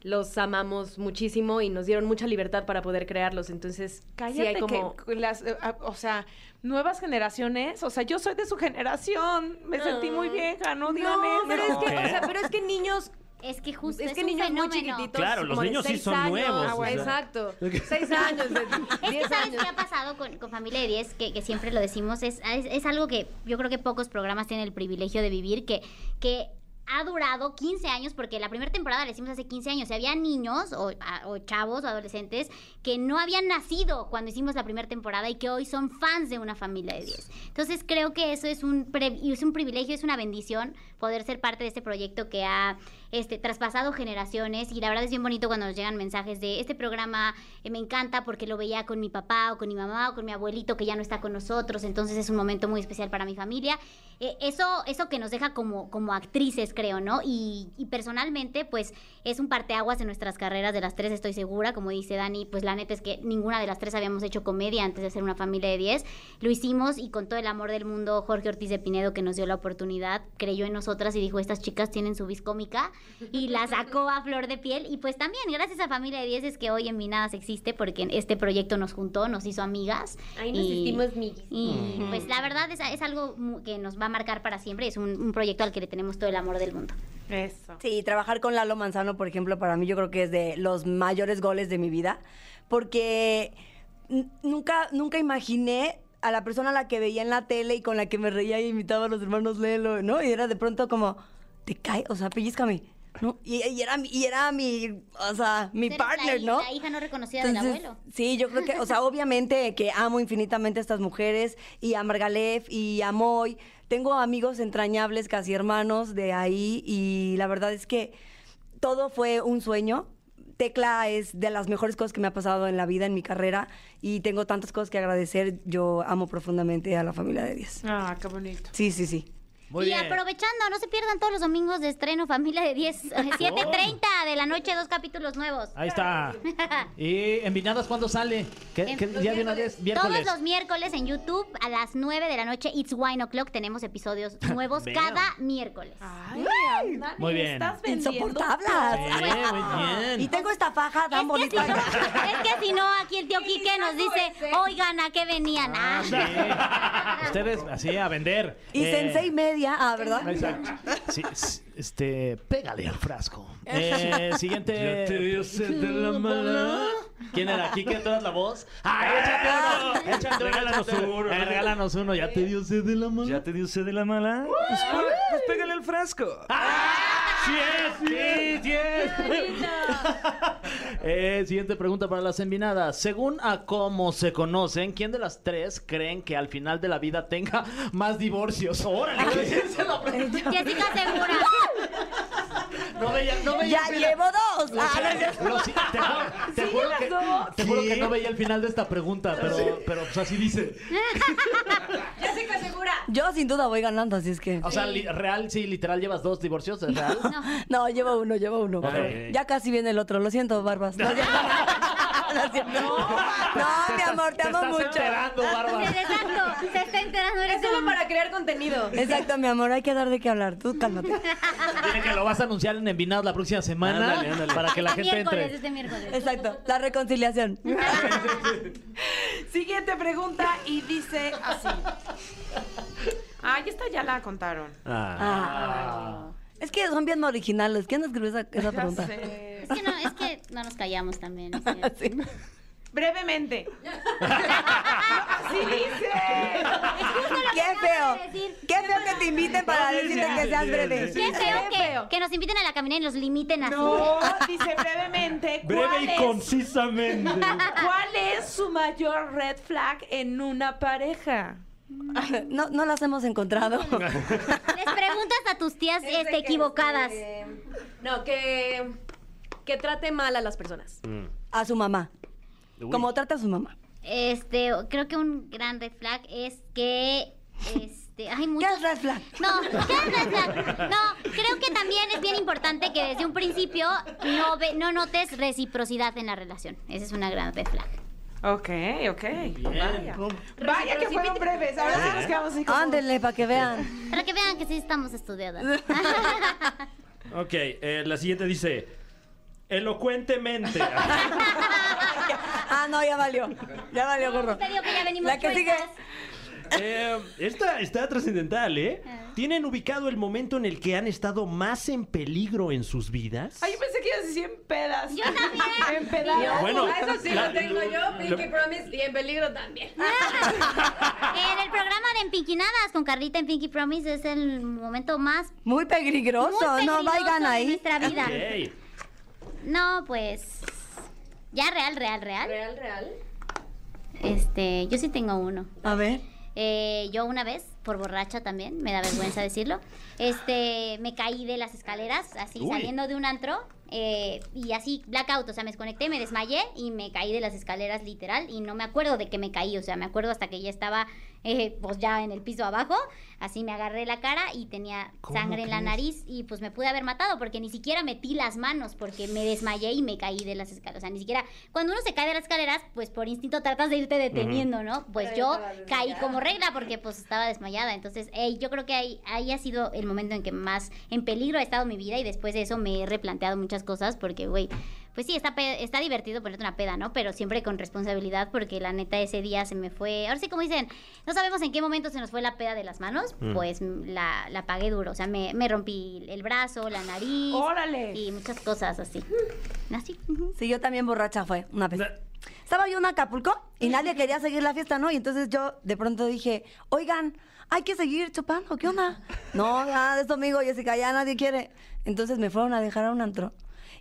Speaker 6: los amamos muchísimo y nos dieron mucha libertad para poder crearlos entonces sí
Speaker 3: Cállate
Speaker 6: hay como
Speaker 3: que las, eh, ah, o sea, nuevas generaciones, o sea, yo soy de su generación, me sentí muy vieja, no digan eso.
Speaker 6: Ah. pero es que, o sea, pero es que niños
Speaker 7: Es que justo
Speaker 6: Pues, es
Speaker 7: es,
Speaker 6: que
Speaker 7: un
Speaker 6: niños muy
Speaker 7: fenómeno.
Speaker 6: chiquititos.
Speaker 5: Claro, los
Speaker 6: como de
Speaker 5: niños sí
Speaker 6: seis
Speaker 5: son
Speaker 6: años.
Speaker 5: nuevos,
Speaker 6: Ah,
Speaker 5: o
Speaker 6: bueno,
Speaker 5: sea.
Speaker 6: Exacto. Seis años, de-
Speaker 7: Es que
Speaker 6: diez
Speaker 7: sabes
Speaker 6: años.
Speaker 7: qué ha pasado con, con Familia de 10, que, que siempre lo decimos, es, es, es algo que yo creo que pocos programas tienen el privilegio de vivir, que, que ha durado 15 años, porque la primera temporada la hicimos hace 15 años. y había niños o, a- o chavos o adolescentes que no habían nacido cuando hicimos la primera temporada y que hoy son fans de una familia de 10. Entonces creo que eso es un, pre- y es un privilegio, es una bendición poder ser parte de este proyecto que ha este, traspasado generaciones y la verdad es bien bonito cuando nos llegan mensajes de este programa eh, me encanta porque lo veía con mi papá o con mi mamá o con mi abuelito que ya no está con nosotros, entonces es un momento muy especial para mi familia. Eh, eso, eso que nos deja como, como actrices, creo, ¿no? Y, y personalmente, pues es un parteaguas en nuestras carreras de las tres, estoy segura, como dice Dani, pues la neta es que ninguna de las tres habíamos hecho comedia antes de ser una familia de 10. Lo hicimos y con todo el amor del mundo, Jorge Ortiz de Pinedo, que nos dio la oportunidad, creyó en nosotras y dijo, estas chicas tienen su vis cómica y la sacó a flor de piel. Y pues también, gracias a Familia de 10 es que hoy en Minadas existe porque este proyecto nos juntó, nos hizo amigas.
Speaker 6: Ahí nos
Speaker 7: y-
Speaker 6: hicimos miguis.
Speaker 7: y pues la verdad es, es algo mu- que nos va a marcar para siempre. Es un, un proyecto al que le tenemos todo el amor del mundo.
Speaker 3: Eso.
Speaker 8: Sí, trabajar con Lalo Manzano, por ejemplo, para mí yo creo que es de los mayores goles de mi vida, porque n- nunca, nunca imaginé a la persona a la que veía en la tele y con la que me reía y imitaba a los hermanos Lelo, ¿no? Y era de pronto como, te cae, o sea, pellizcame, ¿no? Y, y era, mi- y era mi, o sea, mi
Speaker 7: Eres la
Speaker 8: partner,
Speaker 7: hi-
Speaker 8: ¿no?
Speaker 7: La hija no reconocida
Speaker 8: Entonces,
Speaker 7: del abuelo.
Speaker 8: Sí, yo creo que, o sea, obviamente que amo infinitamente a estas mujeres y a Margalef y a Moy. Tengo amigos entrañables, casi hermanos de ahí y la verdad es que todo fue un sueño. Tecla es de las mejores cosas que me ha pasado en la vida, en mi carrera y tengo tantas cosas que agradecer. Yo amo profundamente a la familia de Dios.
Speaker 3: Ah, qué bonito.
Speaker 8: Sí, sí, sí.
Speaker 5: Muy
Speaker 7: y
Speaker 5: bien.
Speaker 7: aprovechando, no se pierdan todos los domingos de estreno Familia de eh, 10, 7.30 de la noche, dos capítulos nuevos.
Speaker 4: Ahí está. ¿Y en Vinadas cuándo sale? ¿Qué,
Speaker 7: En-
Speaker 4: qué
Speaker 7: los
Speaker 4: día de una vez? Miércoles.
Speaker 7: Todos los miércoles en YouTube a las 9 de la noche, It's Wine O'Clock, tenemos episodios nuevos
Speaker 5: Veo.
Speaker 7: cada miércoles.
Speaker 6: Ah,
Speaker 3: Ay, ándale,
Speaker 4: Muy bien.
Speaker 3: Estás vendiendo
Speaker 8: Insoportables.
Speaker 4: Eh, muy bien.
Speaker 8: Y tengo esta faja tan
Speaker 7: Es que, si
Speaker 8: bonita.
Speaker 7: no, es que si no, aquí el tío Quique nos dice, oigan, ¿a qué venían? Ah,
Speaker 4: Sí. Ustedes así a vender.
Speaker 8: Y
Speaker 4: Eh,
Speaker 8: sensei media, ah, ¿verdad?
Speaker 4: Exacto. Sí, s- este, pégale al frasco. Eh, siguiente. ¿Quién era? ¿Quique? ¿Tú eras la voz? ¡Ay, Ah, échate uno! Échate uno,
Speaker 5: Regálanos
Speaker 4: échate uno.
Speaker 5: uno,
Speaker 4: Eh, regálanos uno. Ya te dio sed de la mano. Ah.
Speaker 9: ¿Ya te dio usted de la mala? Pues, pues, pues pégale al frasco.
Speaker 4: ¡Sí es! ¡Sí es! sí es. Eh, siguiente pregunta para las envinadas. Según a cómo se conocen, ¿quién de las tres creen que al final de la vida tenga más divorcios? ¡Órale! Esa es la pregunta.
Speaker 7: Jessica Segura.
Speaker 4: No veía, no veía.
Speaker 8: Ya
Speaker 4: el
Speaker 8: llevo dos. Ah, no es cierto.
Speaker 4: final. No, sí, te juro, te juro que, te juro que no veía el final de esta pregunta, pero, pero pues así dice.
Speaker 6: Jessica Segura.
Speaker 8: Yo sin duda voy ganando, así es que.
Speaker 4: O sea, li- real, sí, literal, llevas dos divorcios, ¿es real?
Speaker 8: No, llevo uno, llevo uno.
Speaker 4: Ok.
Speaker 8: Ya casi viene el otro. Lo siento, Barbas. No, es cierto. No es cierto. No, mi amor, te,
Speaker 4: Te
Speaker 8: amo
Speaker 4: estás
Speaker 8: mucho.
Speaker 4: enterando, Bárbara.
Speaker 7: Exacto, se está enterando.
Speaker 6: Es
Speaker 7: eres
Speaker 6: solo
Speaker 7: un-
Speaker 6: para crear contenido.
Speaker 8: Exacto, mi amor, hay que dar de qué hablar. Tú cálmate.
Speaker 4: Dile que lo vas a anunciar en Envinados la próxima semana
Speaker 9: Ándale, ándale.
Speaker 4: para que la
Speaker 7: Este
Speaker 4: gente
Speaker 7: miércoles,
Speaker 4: entre.
Speaker 7: este miércoles.
Speaker 8: Exacto, la reconciliación.
Speaker 3: Siguiente pregunta y dice así. Ay, esta ya la contaron.
Speaker 8: Ah. Es que son bien originales. ¿Quién escribió esa, esa
Speaker 3: Ya
Speaker 8: pregunta?
Speaker 3: sé.
Speaker 7: Es que no, es que no nos callamos también. es cierto.
Speaker 3: Brevemente. Así dice.
Speaker 7: Es justo lo que
Speaker 8: Qué
Speaker 7: acabas de
Speaker 8: feo.
Speaker 7: decir.
Speaker 8: Qué feo que te inviten para decirte que seas breve.
Speaker 7: Qué feo que, que nos inviten a la caminera y los limiten así.
Speaker 3: No, dice brevemente.
Speaker 9: Breve
Speaker 3: ¿cuál
Speaker 9: y
Speaker 3: es-
Speaker 9: concisamente.
Speaker 3: ¿Cuál es su mayor red flag en una pareja?
Speaker 8: No, no las hemos encontrado.
Speaker 7: Les preguntas a tus tías
Speaker 6: Ese
Speaker 7: este,
Speaker 6: que,
Speaker 7: equivocadas.
Speaker 6: este, No, que. Que trate mal a las personas.
Speaker 8: A su mamá. Como trata a su mamá.
Speaker 7: Este, creo que un gran red flag es que este, hay
Speaker 8: ¿Qué
Speaker 7: muchos
Speaker 8: es red flag?
Speaker 7: No, ¿qué es red flag? No, creo que también es bien importante que desde un principio no ve- no notes reciprocidad en la relación. Esa es una gran red flag.
Speaker 3: Ok, ok. Vaya. Vaya que fueron breves. Ahora sí
Speaker 9: ¿Eh?
Speaker 3: nos quedamos así como-
Speaker 8: Ándele, para que vean.
Speaker 7: Para que vean que sí estamos estudiadas.
Speaker 5: Ok, eh, la siguiente dice. Elocuentemente.
Speaker 8: Ah, no, ya valió. Ya valió, gorro.
Speaker 7: Te digo que ya venimos
Speaker 8: La que sigue.
Speaker 7: puestas.
Speaker 5: Eh, esta está trascendental, ¿eh? ¿Tienen ubicado el momento en el que han estado más en peligro en sus vidas?
Speaker 3: Ay, yo pensé que quieres decir en pedas.
Speaker 7: Yo también.
Speaker 3: En pedas.
Speaker 5: Mm. Bueno,
Speaker 6: Ah, eso sí
Speaker 5: la-
Speaker 6: lo tengo yo, Pinky Promise, y en peligro también.
Speaker 7: Ah. en el programa de Empinquinadas con Carlita en Pinky Promise es el momento más
Speaker 8: Muy peligroso,
Speaker 7: muy peligroso
Speaker 8: no vayan
Speaker 7: de
Speaker 8: ahí.
Speaker 7: nuestra vida.
Speaker 5: Ok.
Speaker 7: No, pues. Ya real, real, real.
Speaker 6: Real, real.
Speaker 7: Este, yo sí tengo uno.
Speaker 8: A ver.
Speaker 7: Eh, yo una vez, por borracha también, me da vergüenza decirlo, este, me caí de las escaleras, así
Speaker 5: Uy.
Speaker 7: saliendo de un antro, eh, y así, blackout, o sea, me desconecté, me desmayé y me caí de las escaleras literal, y no me acuerdo de que me caí, o sea, me acuerdo hasta que ya estaba, eh, pues ya en el piso abajo, así me agarré la cara y tenía sangre en la nariz, y pues me pude haber matado, porque ni siquiera metí las manos, porque me desmayé y me caí de las escaleras, o sea, ni siquiera, cuando uno se cae de las escaleras, pues por instinto tratas de irte deteniendo, ¿no? Pues
Speaker 6: Pero
Speaker 7: yo
Speaker 6: estaba
Speaker 7: caí
Speaker 6: desmayada.
Speaker 7: como regla porque pues estaba desmayada. Entonces, ey, yo creo que ahí, ahí ha sido el momento en que más en peligro ha estado mi vida y después de eso me he replanteado muchas cosas porque, güey, pues sí, está, pe- está divertido ponerte una peda, ¿no? Pero siempre con responsabilidad porque la neta ese día se me fue. Ahora sí, como dicen, no sabemos en qué momento se nos fue la peda de las manos, pues mm, la, la pagué duro. O sea, me, me rompí el brazo, la nariz
Speaker 3: Órale.
Speaker 7: y muchas cosas así. Así.
Speaker 8: Sí, yo también borracha fue una vez. Estaba yo en Acapulco y nadie quería seguir la fiesta, ¿no? Y entonces yo de pronto dije, oigan, hay que seguir chupando, ¿qué onda? No, ya es domingo, Jessica, ya nadie quiere. Entonces me fueron a dejar a un antro.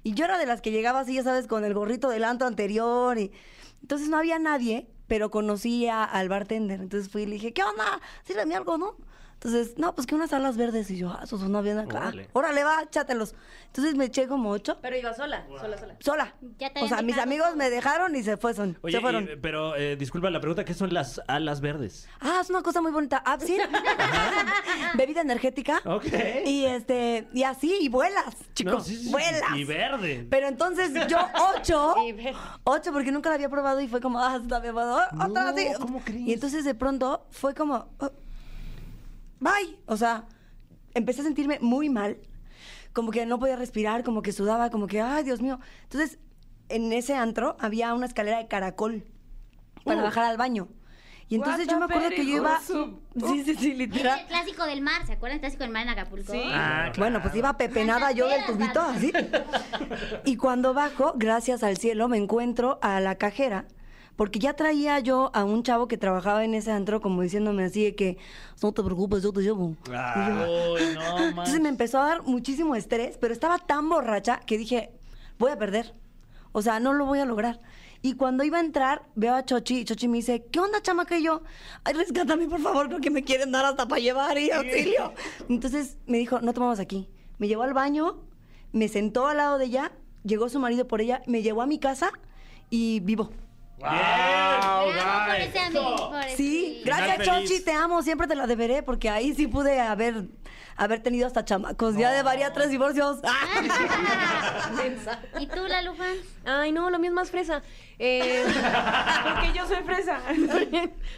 Speaker 8: Y yo era de las que llegaba así, ya sabes, con el gorrito del antro anterior. Y... Entonces no había nadie, pero conocí a- al bartender. Entonces fui y le dije, ¿qué onda? Sírveme algo, ¿no? Entonces, no, pues que unas alas verdes. Y yo, ah, eso suena bien acá.
Speaker 5: Órale.
Speaker 8: Órale, va, échatelos. Entonces me eché como ocho
Speaker 6: Pero iba sola, sola, sola.
Speaker 8: sola.
Speaker 7: Ya te
Speaker 8: o
Speaker 7: habían
Speaker 8: sea, mis
Speaker 7: dejado
Speaker 8: amigos
Speaker 7: todo.
Speaker 8: me dejaron y se fueron.
Speaker 5: Oye,
Speaker 8: se fueron.
Speaker 5: y- pero eh, disculpa la pregunta, ¿qué son las alas verdes?
Speaker 8: Ah, es una cosa muy bonita. Absin. Bebida energética.
Speaker 5: Ok.
Speaker 8: Y este, y así, y vuelas, chicos.
Speaker 5: No, sí, sí, sí,
Speaker 8: vuelas.
Speaker 5: Y verde.
Speaker 8: Pero entonces yo ocho,
Speaker 6: Y ver-
Speaker 8: ocho porque nunca la había probado y fue como, ah, está bien, bueno, otra
Speaker 5: No,
Speaker 8: así.
Speaker 5: ¿cómo crees?
Speaker 8: Y entonces de pronto fue como, oh, bye. O sea, empecé a sentirme muy mal, como que no podía respirar, como que sudaba, como que, ay, Dios mío. Entonces, en ese antro había una escalera de caracol para bajar al baño. Y entonces
Speaker 3: Uh. What
Speaker 8: yo me
Speaker 3: the
Speaker 8: acuerdo que yo iba...
Speaker 3: perigosum.
Speaker 8: Sí, sí, sí, literal.
Speaker 7: El clásico del mar, ¿se acuerdan? El clásico del mar en Acapulco.
Speaker 3: Sí.
Speaker 5: Ah,
Speaker 8: Bueno, pues iba pepenada yo del tubito así. Y cuando bajo, gracias al cielo, me encuentro a la cajera. Porque ya traía yo a un chavo que trabajaba en ese antro como diciéndome así de que no te preocupes, yo te llevo. Y yo,
Speaker 4: Uy, no,
Speaker 8: entonces me empezó a dar muchísimo estrés, pero estaba tan borracha que dije, voy a perder. O sea, no lo voy a lograr. Y cuando iba a entrar, veo a Chochi y Chochi me dice, ¿qué onda, chamaca? Y yo, ay, rescátame, por favor, creo que me quieren dar hasta para llevar y auxilio. Entonces me dijo, no tomamos aquí. Me llevó al baño, me sentó al lado de ella, llegó su marido por ella, me llevó a mi casa y vivo.
Speaker 7: Bravo por ese amigo, por ese-
Speaker 8: Sí, gracias
Speaker 5: feliz.
Speaker 8: Chochi, te amo, siempre te la deberé porque ahí sí pude haber, haber tenido hasta chamacos, ya debería tres divorcios.
Speaker 7: Ah. ¿Y tú, la lufa?
Speaker 6: Ay, no, lo mío es más fresa. Eh,
Speaker 9: Ah.
Speaker 3: Porque yo soy fresa.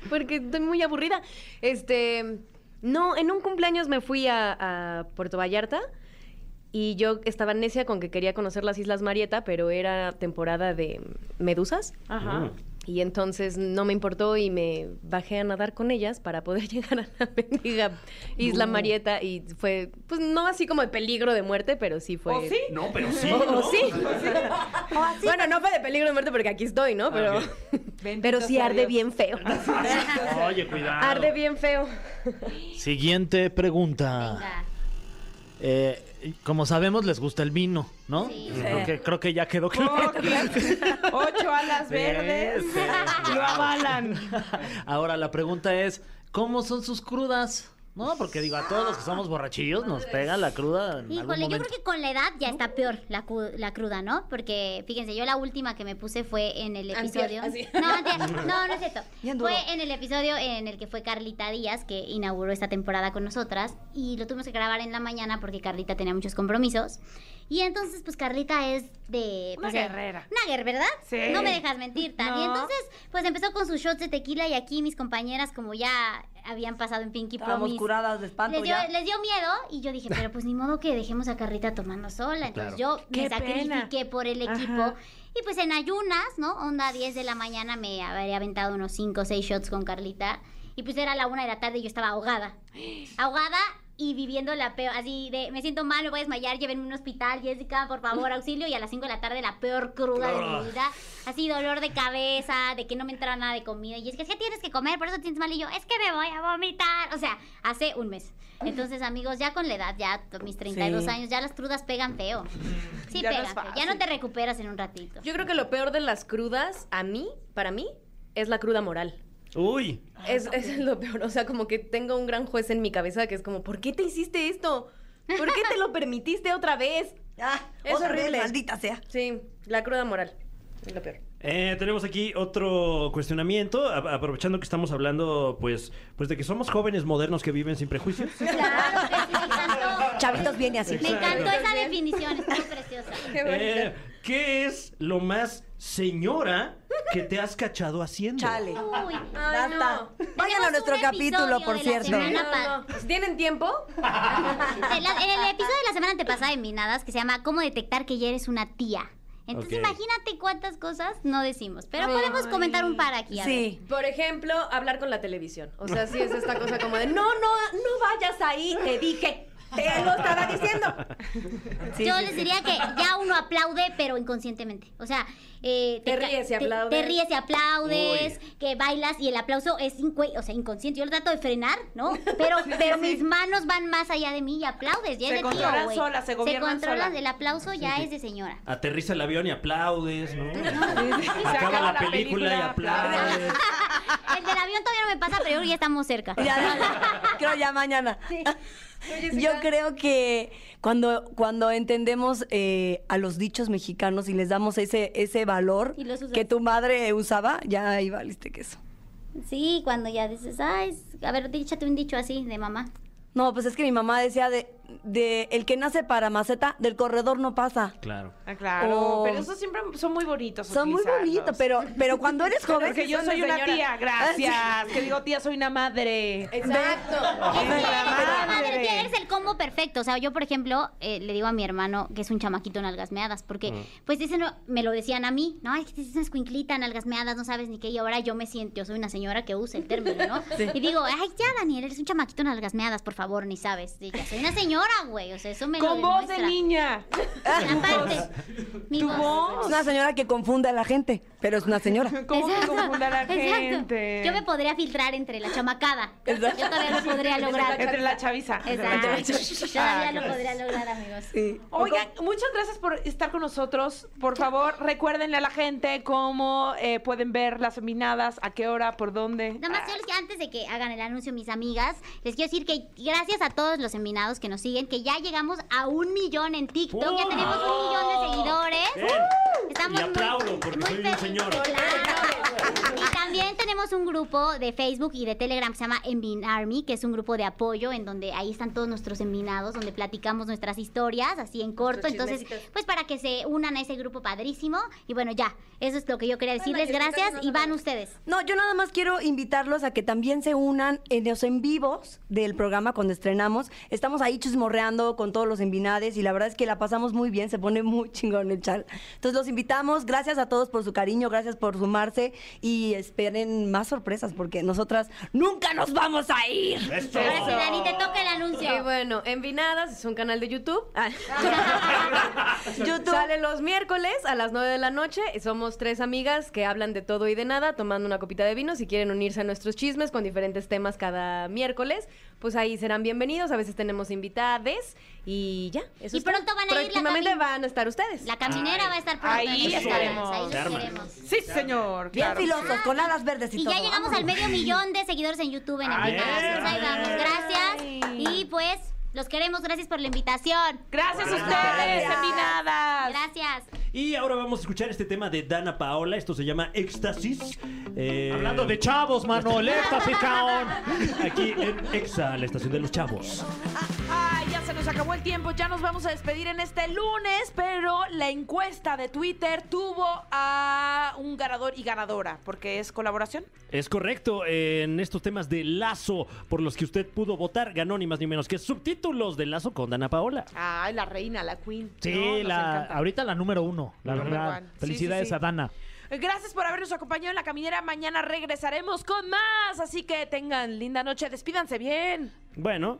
Speaker 6: porque estoy muy aburrida. Este, no, en un cumpleaños me fui a, a Puerto Vallarta y yo estaba necia con que quería conocer las Islas Marieta, pero era temporada de medusas.
Speaker 9: Mm.
Speaker 3: Ajá.
Speaker 6: Y entonces no me importó y me bajé a nadar con ellas para poder llegar a la bendiga Isla Marieta. Y fue, pues no así como de peligro de muerte, pero sí fue.
Speaker 3: ¿O
Speaker 8: Pues,
Speaker 3: sí?
Speaker 5: No, pero sí.
Speaker 6: O-
Speaker 5: ¿no?
Speaker 6: o sí. Bueno, no fue de peligro de muerte porque aquí estoy,
Speaker 4: Ah,
Speaker 6: ¿no? Pero, pero sí
Speaker 3: Ah, Bendito sea
Speaker 6: arde
Speaker 3: Dios.
Speaker 6: bien feo.
Speaker 5: Oye, cuidado.
Speaker 6: Arde bien feo.
Speaker 4: Siguiente pregunta.
Speaker 7: Venga.
Speaker 4: Eh, como sabemos, les gusta el vino, ¿no?
Speaker 7: Sí.
Speaker 4: Creo, que, creo que ya quedó claro.
Speaker 3: Ok. Ocho alas Oh, verdes.
Speaker 5: Sí,
Speaker 9: este,
Speaker 5: sí.
Speaker 3: Lo avalan.
Speaker 4: Ahora la pregunta es, ¿cómo son sus crudas? No, porque digo, a todos los que somos borrachillos nos pega la cruda en algún
Speaker 7: Híjole, yo creo
Speaker 4: momento.
Speaker 7: que con la edad ya está peor la, cu- la cruda, ¿no? Porque fíjense, yo la última que me puse fue en el
Speaker 6: Antier,
Speaker 7: episodio.
Speaker 6: así.
Speaker 7: no, antier, no, no es cierto.
Speaker 8: Bien duro.
Speaker 7: Fue en el episodio en el que fue Carlita Díaz, que inauguró esta temporada con nosotras, y lo tuvimos que grabar en la mañana porque Carlita tenía muchos compromisos. Y entonces, pues Carlita es de...
Speaker 3: Una
Speaker 7: pues, de-
Speaker 3: guerrera.
Speaker 7: Una guerrera, ¿verdad?
Speaker 3: Sí.
Speaker 7: No me dejas mentir, Tan. Y
Speaker 3: No.
Speaker 7: entonces, pues empezó con sus shots de tequila y aquí mis compañeras, como ya habían pasado en Pinky
Speaker 8: Estábamos
Speaker 7: Promise,
Speaker 8: curadas de espanto
Speaker 7: les dio,
Speaker 8: ya.
Speaker 7: les dio miedo y yo dije, pero pues ni modo que dejemos a Carrita tomando sola. Entonces yo me
Speaker 3: Qué pena.
Speaker 7: sacrifiqué por el equipo.
Speaker 3: Ajá.
Speaker 7: Y pues en ayunas, ¿no? Onda 10 de la mañana me habría aventado unos 5 o 6 shots con Carlita. Y pues era la 1 de la tarde y yo estaba ahogada. Ahogada y viviendo la peor, así de me siento mal, me voy a desmayar, llévenme a un hospital, Jessica, por favor, auxilio. Y a las 5 de la tarde la peor cruda de mi vida. Así dolor de cabeza, de que no me entraba nada de comida. Y Jessica, es que tienes que comer, por eso tienes mal. Y yo, es que me voy a vomitar. O sea, hace un mes. Entonces, amigos, ya con la edad, ya t- mis 32
Speaker 6: Sí.
Speaker 7: años, ya las crudas pegan feo. Sí,
Speaker 3: Mm. Ya no
Speaker 7: pegan
Speaker 3: es
Speaker 7: feo. Ya no te recuperas en un ratito.
Speaker 6: Yo creo que lo peor de las crudas, a mí, para mí, es la cruda moral.
Speaker 5: Uy,
Speaker 6: Es, es lo peor. O sea, como que tengo un gran juez en mi cabeza que es como, ¿por qué te hiciste esto? ¿Por qué te lo permitiste otra vez?
Speaker 8: Ah,
Speaker 6: Es
Speaker 8: otra vez,
Speaker 6: horrible.
Speaker 8: maldita sea.
Speaker 6: Sí, la cruda moral. Es lo peor.
Speaker 5: Eh, tenemos aquí otro cuestionamiento, a- aprovechando que estamos hablando, pues, pues de que somos jóvenes modernos que viven sin prejuicios.
Speaker 7: Claro que sí, me encantó.
Speaker 8: Chavitos viene así.
Speaker 7: Me encantó esa definición, estuvo preciosa.
Speaker 6: Qué
Speaker 5: Eh, ¿Qué es lo más señora que te has cachado haciendo?
Speaker 8: Chale.
Speaker 7: Uy,
Speaker 6: Ay, no.
Speaker 8: Vayan a
Speaker 7: Tenemos
Speaker 8: nuestro
Speaker 7: un
Speaker 8: capítulo,
Speaker 7: episodio
Speaker 8: por
Speaker 7: de la
Speaker 8: cierto.
Speaker 7: semana
Speaker 6: No,
Speaker 7: pa-
Speaker 6: no. ¿Tienen tiempo?
Speaker 7: El, el episodio de la semana antepasada de Minadas que se llama ¿Cómo detectar que ya eres una tía? Entonces
Speaker 5: Ok.
Speaker 7: imagínate cuántas cosas no decimos, pero podemos comentar un par aquí. a
Speaker 8: Sí.
Speaker 6: Por ejemplo, hablar con la televisión. O sea, sí es esta cosa como de, no, no, no vayas ahí, te dije. Te lo estaba diciendo.
Speaker 7: ver. Yo les diría que ya uno aplaude, pero inconscientemente. O sea, eh,
Speaker 6: Te
Speaker 7: ca-
Speaker 6: ríes y
Speaker 7: te-
Speaker 6: aplaudes.
Speaker 7: Te, ríes y aplaudes, que bailas y el aplauso es incue- o sea, inconsciente. Yo lo trato de frenar, ¿no? Pero, pero mis manos van más allá de mí y aplaudes. Ya
Speaker 3: Se
Speaker 7: es de tío,
Speaker 3: controlan
Speaker 7: güey.
Speaker 3: solas, se gobiernan
Speaker 7: controlan,
Speaker 3: solas.
Speaker 7: el aplauso ya es de señora.
Speaker 5: Aterriza el avión y aplaudes, ¿no?
Speaker 3: Se
Speaker 5: Acaba la película y aplaudes.
Speaker 7: El del avión todavía no me pasa, pero yo creo que ya estamos cerca.
Speaker 8: Ya, creo ya mañana. Yo
Speaker 6: Jessica.
Speaker 8: creo que cuando, cuando entendemos eh, a los dichos mexicanos y les damos ese, ese valor
Speaker 7: Y los usas.
Speaker 8: que tu madre usaba, ya ahí valiste queso.
Speaker 7: Sí, cuando ya dices, ay, es- a ver, díchate un dicho así de mamá.
Speaker 8: No, pues es que mi mamá decía de, de el que nace para maceta, del corredor no pasa.
Speaker 5: Claro.
Speaker 3: Ah, claro,
Speaker 8: Oh.
Speaker 3: pero esos siempre son muy bonitos.
Speaker 8: Son muy
Speaker 3: utilizarlos.
Speaker 8: bonitos, pero, pero cuando eres joven.
Speaker 3: Porque yo
Speaker 6: son de
Speaker 3: soy una
Speaker 6: señora.
Speaker 3: tía, gracias. Que digo, tía, soy una madre.
Speaker 6: Exacto.
Speaker 3: Es la
Speaker 7: Madre,
Speaker 3: madre.
Speaker 7: ya eres el combo perfecto. O sea, yo, por ejemplo, eh, le digo a mi hermano que es un chamaquito en algasmeadas, porque, pues, dicen, no, me lo decían a mí, ¿no? Ay, que te dicen escuinclita en algasmeadas, no sabes ni qué, y ahora yo me siento, yo soy una señora que usa el término, ¿no? Y digo, ay, ya, Daniel, eres un chamaquito en algasmeadas, por favor, ni sabes. Y ya, soy una señora, güey, o sea, eso me lo
Speaker 3: Con voz de
Speaker 7: demuestra.
Speaker 3: niña.
Speaker 7: Aparte, mi
Speaker 3: Tu
Speaker 7: voz.
Speaker 8: Es
Speaker 3: voz.
Speaker 8: una señora que confunde a la gente, pero es una señora.
Speaker 3: ¿Cómo que
Speaker 7: Exacto,
Speaker 3: confunda a la
Speaker 7: exacto.
Speaker 3: gente?
Speaker 7: Yo me podría filtrar entre la chamacada. Yo todavía lo podría lograr.
Speaker 3: Entre la chaviza.
Speaker 7: Exacto.
Speaker 3: Ah,
Speaker 7: Todavía lo podría lograr, amigos.
Speaker 8: Sí.
Speaker 3: Oigan, muchas gracias por estar con nosotros. Por favor, recuérdenle a la gente cómo eh, pueden ver las feminadas, a qué hora, por dónde. Ah,
Speaker 7: Nada más, yo les quiero- antes de que hagan el anuncio, mis amigas, les quiero decir que gracias a todos los seminados que nos siguen, que ya llegamos a un millón en TikTok, ya
Speaker 5: ¡Wow!
Speaker 7: tenemos un millón de seguidores.
Speaker 5: Bien.
Speaker 7: Estamos
Speaker 5: Y aplaudo, porque soy un
Speaker 7: felices.
Speaker 5: señor.
Speaker 7: Claro. Y también tenemos un grupo de Facebook y de Telegram que se llama Envin Army, que es un grupo de apoyo en donde ahí están todos nuestros envinados, donde platicamos nuestras historias, así en corto. Entonces,
Speaker 6: chismecitos.
Speaker 7: pues para que se unan a ese grupo padrísimo. Y bueno, ya, eso es lo que yo quería decirles.
Speaker 6: Jessica,
Speaker 7: Gracias
Speaker 6: no, no,
Speaker 7: y van
Speaker 6: no.
Speaker 7: ustedes.
Speaker 8: No, yo nada más quiero invitarlos a que también se unan en los en vivos del programa cuando estrenamos. Estamos ahí chismorreando con todos los envinades y la verdad es que la pasamos muy bien, se pone muy chingón el chal. Entonces los invitamos, gracias a todos por su cariño, gracias por sumarse y esperen más sorpresas porque nosotras nunca nos vamos a ir.
Speaker 5: Esto.
Speaker 7: Ahora sí, Dani, te toca el anuncio.
Speaker 6: Y bueno, Envinadas es un canal de YouTube. Ah.
Speaker 8: YouTube.
Speaker 6: Sale los miércoles a las 9 de la noche. Somos tres amigas que hablan de todo y de nada, tomando una copita de vino. Si quieren unirse a nuestros chismes con diferentes temas cada miércoles, pues ahí serán bienvenidos. A veces tenemos invitades y ya. Eso
Speaker 7: Y
Speaker 6: es todo.
Speaker 7: pronto van a ir la
Speaker 6: Próximamente
Speaker 7: Cami-
Speaker 6: van a estar ustedes.
Speaker 7: La caminera va a estar pronto.
Speaker 3: ahí
Speaker 7: en los
Speaker 3: estaremos.
Speaker 7: canales,
Speaker 5: Se
Speaker 7: Ahí
Speaker 5: arma.
Speaker 7: los queremos.
Speaker 3: Sí, señor.
Speaker 8: Bien
Speaker 3: claro.
Speaker 8: filosos, con alas verdes y,
Speaker 7: Y
Speaker 8: todo.
Speaker 7: ya llegamos al
Speaker 8: Vámonos.
Speaker 7: medio millón de seguidores en YouTube en
Speaker 5: Ay,
Speaker 7: Envinadas. Pues
Speaker 5: ay.
Speaker 7: ahí vamos. Gracias. Y pues, los queremos. Gracias por la invitación.
Speaker 3: Gracias a ustedes, feminadas.
Speaker 7: Gracias.
Speaker 5: Y ahora vamos a escuchar este tema de Dana Paola. Esto se llama Éxtasis. Eh,
Speaker 4: Hablando de chavos, Manuel, éxtasis, caón.
Speaker 5: Aquí en Exa, la estación de los chavos.
Speaker 3: Ay, ya se nos acabó el tiempo, ya nos vamos a despedir en este lunes, pero la encuesta de Twitter tuvo a un ganador y ganadora, porque es colaboración.
Speaker 5: Es correcto, en estos temas de Lazo por los que usted pudo votar, ganó ni más ni menos que subtítulos de Lazo con Dana Paola.
Speaker 3: Ay, la reina, la queen. No,
Speaker 4: Sí,
Speaker 3: nos
Speaker 4: la,
Speaker 3: encanta.
Speaker 4: ahorita la número uno, la
Speaker 3: Número
Speaker 4: verdad.
Speaker 3: one. Sí,
Speaker 4: Felicidades
Speaker 3: sí, sí.
Speaker 4: a Dana.
Speaker 3: Gracias por habernos acompañado en la caminera. Mañana regresaremos con más, así que tengan linda noche. Despídanse bien.
Speaker 5: Bueno,